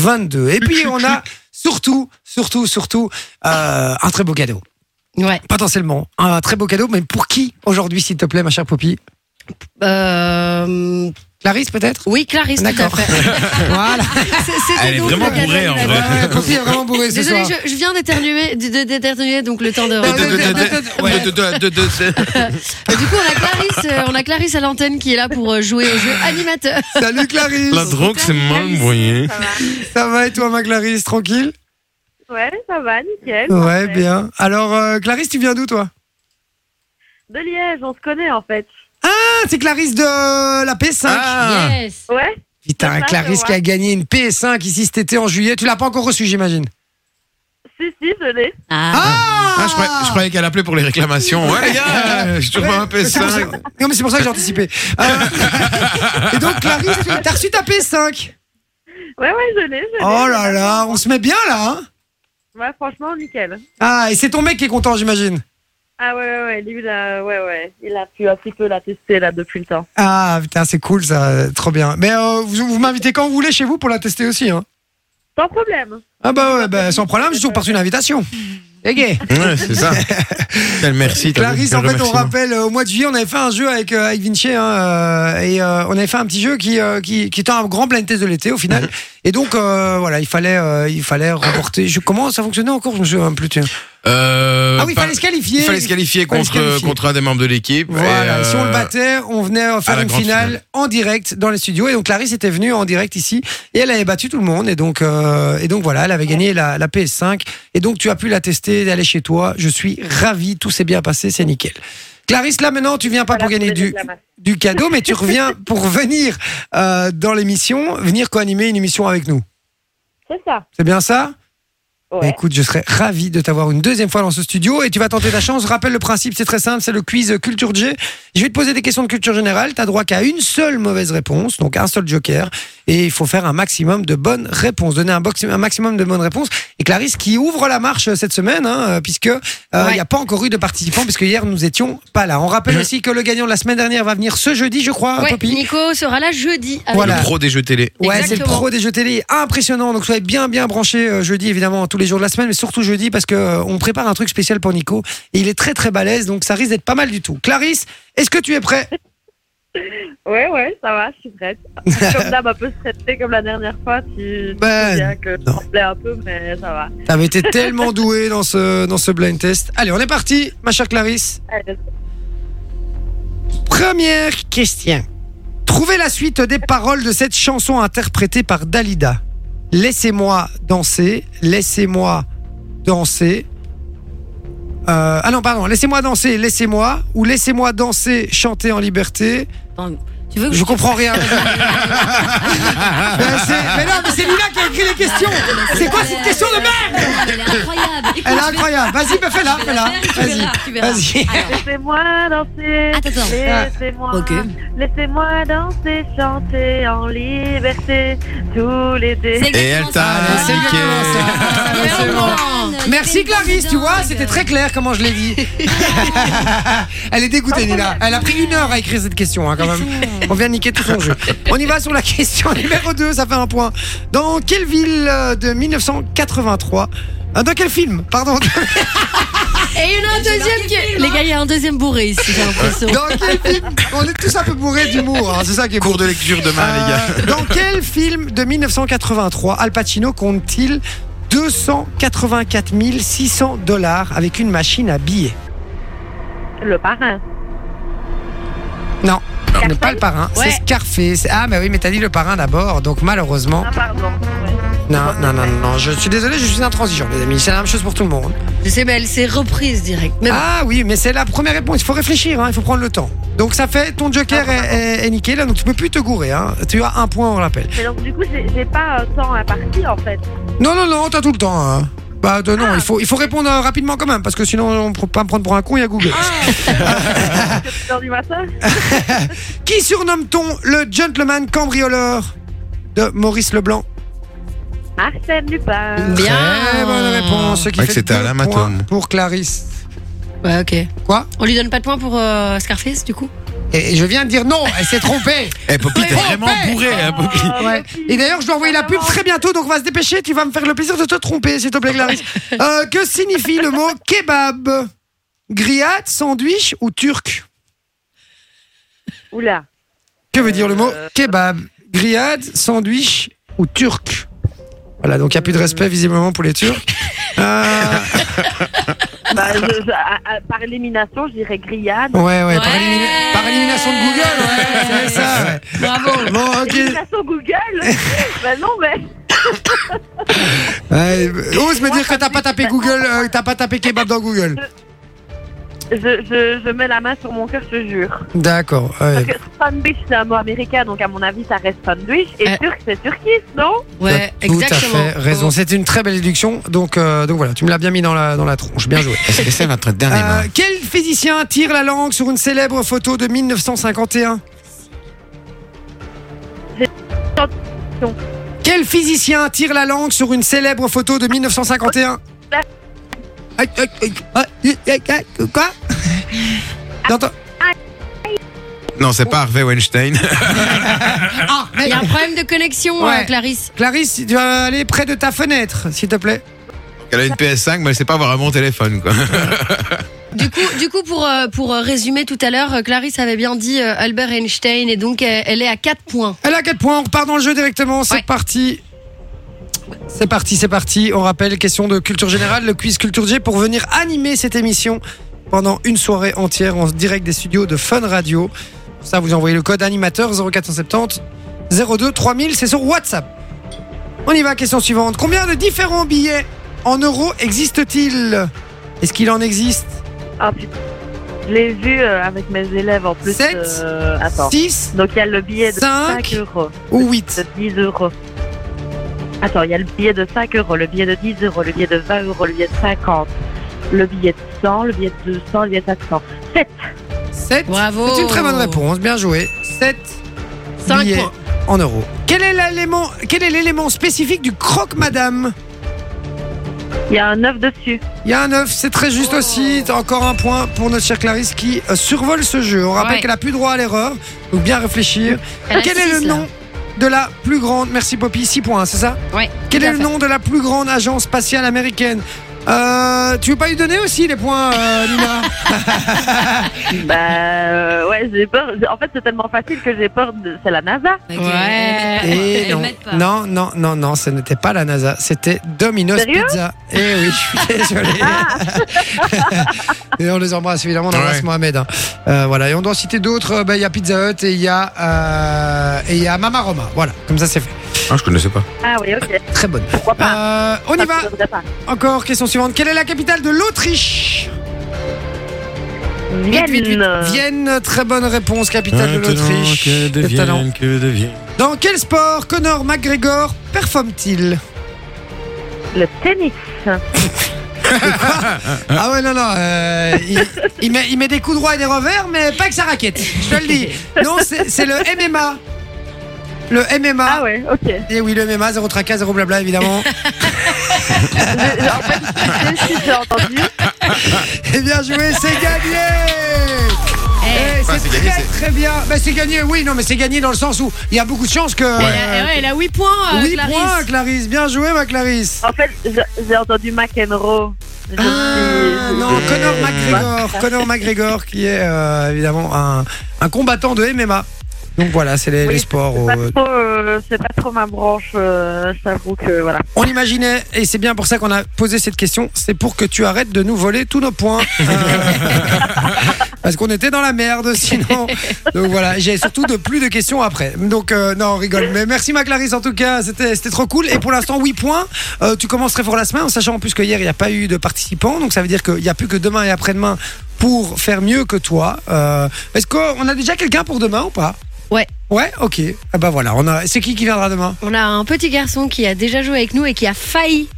22. Et puis on a surtout, surtout, surtout euh, un très beau cadeau. Ouais. Potentiellement un très beau cadeau, mais pour qui aujourd'hui, s'il te plaît, ma chère Poppy Euh, Clarisse peut-être oui, Clarisse, tout à D'accord. fait. voilà. C'est- c'était Elle est donc vraiment le cadeau bourrée, de en la vrai. dame. Ouais, Poppy est vraiment bourrée ce Désolée, soir. je, je viens d'éternuer, de- de- d'éternuer, donc le temps de. Ouais. Du coup, on a Clarisse, euh, on a Clarisse à l'antenne qui est là pour euh, jouer au jeu animateur. Salut Clarisse La drogue, c'est mal moyen. Ça va. Ça va et toi ma Clarisse, tranquille Ouais, ça va, nickel. Ouais, parfait. bien. Alors euh, Clarisse, tu viens d'où toi De Liège, on se connaît en fait. Ah, c'est Clarisse de euh, la P5. Ah. Yes. Ouais Putain, c'est ça, Clarisse je qui a gagné une PS5 ici cet été en juillet. Tu l'as pas encore reçue, j'imagine. Si, si, je l'ai. Ah. Ah, Ah, je croyais, je croyais qu'elle appelait pour les réclamations. Ouais, les gars, j'ai toujours pas un C'est pour ça- PS5. Non, mais c'est pour ça que j'ai anticipé. Euh, Et donc, Clarisse, tu- t'as reçu ta PS5. Ouais, ouais, je l'ai. je l'ai. Oh là là, on se met bien là. hein Ouais, franchement, nickel. ah, et c'est ton mec qui est content, j'imagine. Ah ouais, ouais, ouais, lui, il a, ouais, ouais. Il a pu un petit peu la tester là depuis le temps. Ah, putain, c'est cool ça, euh, trop bien. Mais euh, vous, vous m'invitez quand vous voulez chez vous pour la tester aussi. Hein. Sans problème. Ah bah, ouais, bah, sans problème, j'ai toujours parti une invitation. Les gars. Ouais, c'est ça. Quel merci. t'as vu, Clarisse, quel en fait, on remerciement. rappelle, euh, au mois de juillet, on avait fait un jeu avec, euh, avec Vinci, hein, euh, et euh, on avait fait un petit jeu qui, euh, qui, qui était un grand blind test de l'été au Mhm. final. Et donc, euh, voilà, il fallait, euh, il fallait remporter. Je, comment ça fonctionnait encore Je me souviens plus. tiens. Euh, Ah oui, il par- fallait se qualifier. il fallait se qualifier fallait se contre, qualifier. contre un des membres de l'équipe. Voilà, Et, et si on le euh, battait, on venait euh, faire la une grande finale, finale. en direct dans les studios. Et donc Clarisse était venue en direct ici et elle avait battu tout le monde. Et donc, euh, et donc voilà, elle avait gagné la, la PS5. Et donc tu as pu la tester, d'aller chez toi. Je suis ravi, tout s'est bien passé, c'est nickel. Clarisse, là maintenant, tu viens pas Voilà, pour gagner c'est du, réclamation. du cadeau, mais tu reviens pour venir euh, dans l'émission, venir co-animer une émission avec nous. C'est ça. C'est bien ça bah, Ouais. Écoute, je serais ravi de t'avoir une deuxième fois dans ce studio et tu vas tenter ta chance. Rappelle le principe, c'est très simple, c'est le quiz euh, culture G. Je vais te poser des questions de culture générale. T'as droit qu'à une seule mauvaise réponse, donc un seul joker. Et il faut faire un maximum de bonnes réponses, donner un, box- un maximum de bonnes réponses. Et Clarisse qui ouvre la marche euh, cette semaine, hein, euh, puisque euh, il Ouais. n'y a pas encore eu de participants, puisque hier nous étions pas là. On rappelle Mhm. aussi que le gagnant de la semaine dernière va venir ce jeudi, je crois, Ouais, ah, Poppy. Nico sera là jeudi. avec Voilà. Le pro des jeux télé. Ouais, c'est le Exactement. pro des jeux télé, impressionnant. Donc soyez bien bien branchés euh, jeudi évidemment tous les jours de la semaine, mais surtout jeudi parce que euh, on prépare un truc spécial pour Nico et il est très très balèze, donc ça risque d'être pas mal du tout. Clarisse, est-ce que tu es prêt ouais, ouais, ça va, je suis prête. comme d'hab, un peu stressée comme la dernière fois. Tu, tu Ben, sais bien que je non. tremblais un peu, mais ça va. T'avais été Ah, tellement doué dans ce dans ce blind test. Allez, on est parti, ma chère Clarisse. Allez, Première question. Trouvez la suite des paroles de cette chanson interprétée par Dalida. Laissez-moi danser, laissez-moi danser. Euh, ah non, pardon, laissez-moi danser, laissez-moi, ou laissez-moi danser, chanter en liberté. Attends, Tu veux que Je comprends rien. mais, c'est- mais non, mais c'est Lina qui a écrit les questions. C'est quoi cette question de merde Elle est incroyable. Écoute, Elle est je vais- incroyable. Vas-y, bah, fais-la, je vais fais-la. la faire, tu verras, tu Vas-y, verras. vas-y. Alors, Laissez-moi danser. Attends, attends. Laissez-moi. Ah, Ok. Laissez-moi danser, chanter en liberté tout l'été. Ah, c'est Et elle t'a exactement ça. Allez, c'est niqué. exactement ça. Allez, c'est bon. Merci Clarisse, tu vois, c'était très clair comment je l'ai dit. Elle est dégoûtée, Nina. Elle a pris une heure à écrire cette question, hein, quand même. On vient de niquer tout son jeu. On y va sur la question numéro 2, ça fait un point. Dans quelle ville euh, de 1983 euh, Dans quel film Pardon. Et il y en a un deuxième qui. Les gars, il y a un deuxième bourré ici, j'ai l'impression. Dans quel film On est tous un peu bourrés d'humour, hein, c'est ça qui est beau. Cours de lecture demain, les gars. Euh, Dans quel film de 1983 Al Pacino compte-t-il 284 600 dollars avec une machine à billets Le parrain. Non, ce n'est Scarface pas le parrain, Ouais. c'est Scarface. Ah, mais oui, mais t'as dit le parrain d'abord, donc malheureusement. Ah, pardon. Non, non, non, non, je suis désolé, je suis intransigeant, les amis, c'est la même chose pour tout le monde. Je sais, mais elle s'est reprise direct. Mais bon, Ah oui, mais c'est la première réponse, il faut réfléchir, hein, il faut prendre le temps. Donc ça fait, ton joker est, est- est niqué, là, donc tu peux plus te gourer, hein. tu as un point, on l'appelle. Mais donc, du coup, j'ai j'ai pas euh, tant à partir en fait. Non, non, non, t'as tout le temps. hein. Bah de- non, Ah. il faut, il faut répondre euh, rapidement quand même, parce que sinon on ne peut pas me prendre pour un con, il y a Google. Que c'est l'heure du matin. Qui surnomme-t-on le gentleman cambrioleur de Maurice Leblanc Arsène Lupin. Oh, bien. Très bonne réponse. Ce qui Ouais, que fait c'était deux Alain points Matom. pour Clarisse. Ouais, ok. Quoi On lui donne pas de points pour euh, Scarface, du coup Et et je viens de dire non, elle s'est trompée. Eh, Poppy, t'es Oh, vraiment père. bourré, hein, Poppy. Ouais. Et d'ailleurs, je dois envoyer la pub très bientôt, donc on va se dépêcher. Tu vas me faire le plaisir de te tromper, s'il te plaît, Clarisse. Euh, que signifie le mot kebab Grillade, sandwich ou turc Oula. Que veut dire le mot kebab Grillade, sandwich ou turc Voilà, donc il n'y a plus de respect visiblement pour les Turcs. Euh, Bah, je- je- à- à- par élimination, je dirais grillade. ouais, ouais, Par, Ouais. élimina- par élimination de Google, ouais, c'est ça. ouais. Bravo. Bon, ok. Élimination Google Bah non, mais. Ouais, euh, ose me dire que t'as pas tapé Google, euh, t'as pas tapé kebab dans Google. Je, je, je mets la main sur mon cœur, je te jure. D'accord. ouais. Parce que sandwich, c'est un mot américain, donc à mon avis, ça reste sandwich. Et Eh. Euh. turc, c'est turquise, non Ouais, T'as exactement. Tout à fait raison. Oh. C'est une très belle déduction. Donc, euh, donc voilà, tu me l'as bien mis dans la, dans la tronche. Bien joué. Est-ce que c'est notre dernier Euh, mot quel physicien tire la langue sur une célèbre photo de 1951 Quel physicien tire la langue sur une célèbre photo de 1951 Aïe, aïe, aïe, aïe, aïe, aïe, Quoi J'entends- Non, c'est pas Harvey Weinstein. Ah, Il y merde. a un problème de connexion, Ouais. euh, Clarisse. Clarisse, tu vas aller près de ta fenêtre, s'il te plaît. Elle a une PS5, mais elle sait pas avoir un bon téléphone, quoi. Du coup, du coup pour, euh, pour euh, résumer tout à l'heure, euh, Clarisse avait bien dit euh, Albert Einstein et donc euh, elle est à 4 points. Elle a 4 points, on repart dans le jeu directement, c'est Ouais. parti. C'est parti, c'est parti. On rappelle, question de culture générale, le quiz Culture G pour venir animer cette émission pendant une soirée entière en direct des studios de Fun Radio. Pour ça, vous envoyez le code animateur 0470 02 3000, c'est sur WhatsApp. On y va, question suivante. Combien de différents billets en euros existent-ils Est-ce qu'il en existe Ah putain. Je l'ai vu euh, avec mes élèves en plus. Sept, euh, attends. 6 Donc il y a le billet de cinq, 5 euros, ou 8 de 10 euros. Attends, il y a le billet de 5 euros, le billet de 10 euros, le billet de 20 euros, le billet de 50, le billet de 100, le billet de 200, le billet de 400. 7 7 Bravo. C'est une très bonne réponse, bien joué. 7 Oh. Cinq billets points. en euros. Quel est l'élément, quel est l'élément spécifique du croque-madame Il y a un 9 dessus. Il y a un œuf, c'est très juste Oh. aussi. T'as Encore un point pour notre chère Clarisse qui euh, survole ce jeu. On rappelle Ouais. qu'elle a plus droit à l'erreur, donc bien réfléchir. Elle a Quel est six, le là. nom de la plus grande Merci Poppy, 6 points, hein, c'est ça Ouais, Quel tout est à le fait. nom de la plus grande agence spatiale américaine Euh, tu veux pas lui donner aussi les points, euh, Lina Bah euh, ouais, j'ai peur. En fait, c'est tellement facile que j'ai peur de. C'est la NASA. Ouais. Et Elles non. mettent Ah, pas. non, non, non, non, ce n'était pas la NASA, c'était Domino's Sérieux Ah. Pizza. Eh oui, je suis désolé. et on les embrasse évidemment, on Ah embrasse ouais. Mohamed. hein. Euh, voilà, et on doit citer d'autres. euh, ben, Il y a Pizza Hut et il y a euh, et il y a Mama Roma. Voilà, comme ça c'est fait. Ah, je connaissais pas. Ah oui, ok. Très bonne. Pourquoi pas Euh, on Ça, y va. je voudrais pas. Encore question suivante. Quelle est la capitale de l'Autriche Vienne. 888. Vienne. Très bonne réponse, capitale de l'Autriche. Que Quel talent. devienne, que devienne. Dans quel sport Conor McGregor performe-t-il Le tennis. Hein Ah ouais, non, non. euh, il, il met, il met des coups droits et des revers, mais pas avec sa raquette. Je te le dis. Non, c'est c'est le MMA. Le MMA. Ah ouais, ok. Et Eh oui, le MMA, 0 tracas, 0 blabla, évidemment. Je- en fait, je sais si j'ai entendu. et Eh bien joué, c'est gagné Eh, Enfin, c'est c'est gagné, très c'est- très bien. Mais c'est gagné, oui, non, mais c'est gagné dans le sens où il y a beaucoup de chance que. Elle a, ouais, elle a 8 points, euh, 8 Clarisse. points, Clarisse. Bien joué, ma Clarisse. En fait, je- j'ai entendu McEnroe. Je me Ah, suis- non, Conor McGregor, Conor McGregor qui est euh, évidemment un, un combattant de MMA. Donc voilà, c'est les, Oui, les sports. C'est pas, euh, trop, euh, c'est pas trop ma branche, euh, j'avoue que voilà. On imaginait, et c'est bien pour ça qu'on a posé cette question, c'est pour que tu arrêtes de nous voler tous nos points. Euh, parce qu'on était dans la merde sinon. Donc voilà, j'ai surtout de plus de questions après. Donc euh, non, on rigole. Mais merci ma Clarisse en tout cas, c'était c'était trop cool. Et pour l'instant, 8 points. Euh, tu commencerais pour la semaine, en sachant en plus que hier, il n'y a pas eu de participants. Donc ça veut dire qu'il n'y a plus que demain et après-demain pour faire mieux que toi. Euh, Est-ce qu'on a déjà quelqu'un pour demain ou pas Ouais. Ouais, ok. Ah bah voilà, on a... c'est qui qui viendra demain On a un petit garçon qui a déjà joué avec nous et qui a failli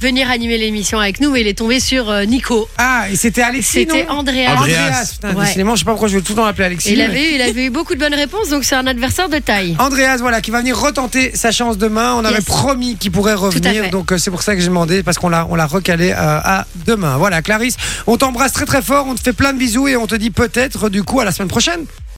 venir animer l'émission avec nous, mais il est tombé sur euh, Nico. Ah, et c'était Alexis, C'était non Andrea. Andrea. Ah, Andreas. Andreas. Putain, Ouais. décidément, je sais pas pourquoi je veux tout le temps l'appeler Alexis. Il mais- avait, eu- il avait eu beaucoup de bonnes réponses, donc c'est un adversaire de taille. Andreas, voilà, qui va venir retenter sa chance demain. On avait Yes. promis qu'il pourrait fait. revenir, donc euh, c'est pour ça que j'ai demandé, parce qu'on l'a, on l'a recalé euh, à demain. Voilà, Clarisse, on t'embrasse très très fort, on te fait plein de bisous et on te dit peut-être du coup à la semaine prochaine.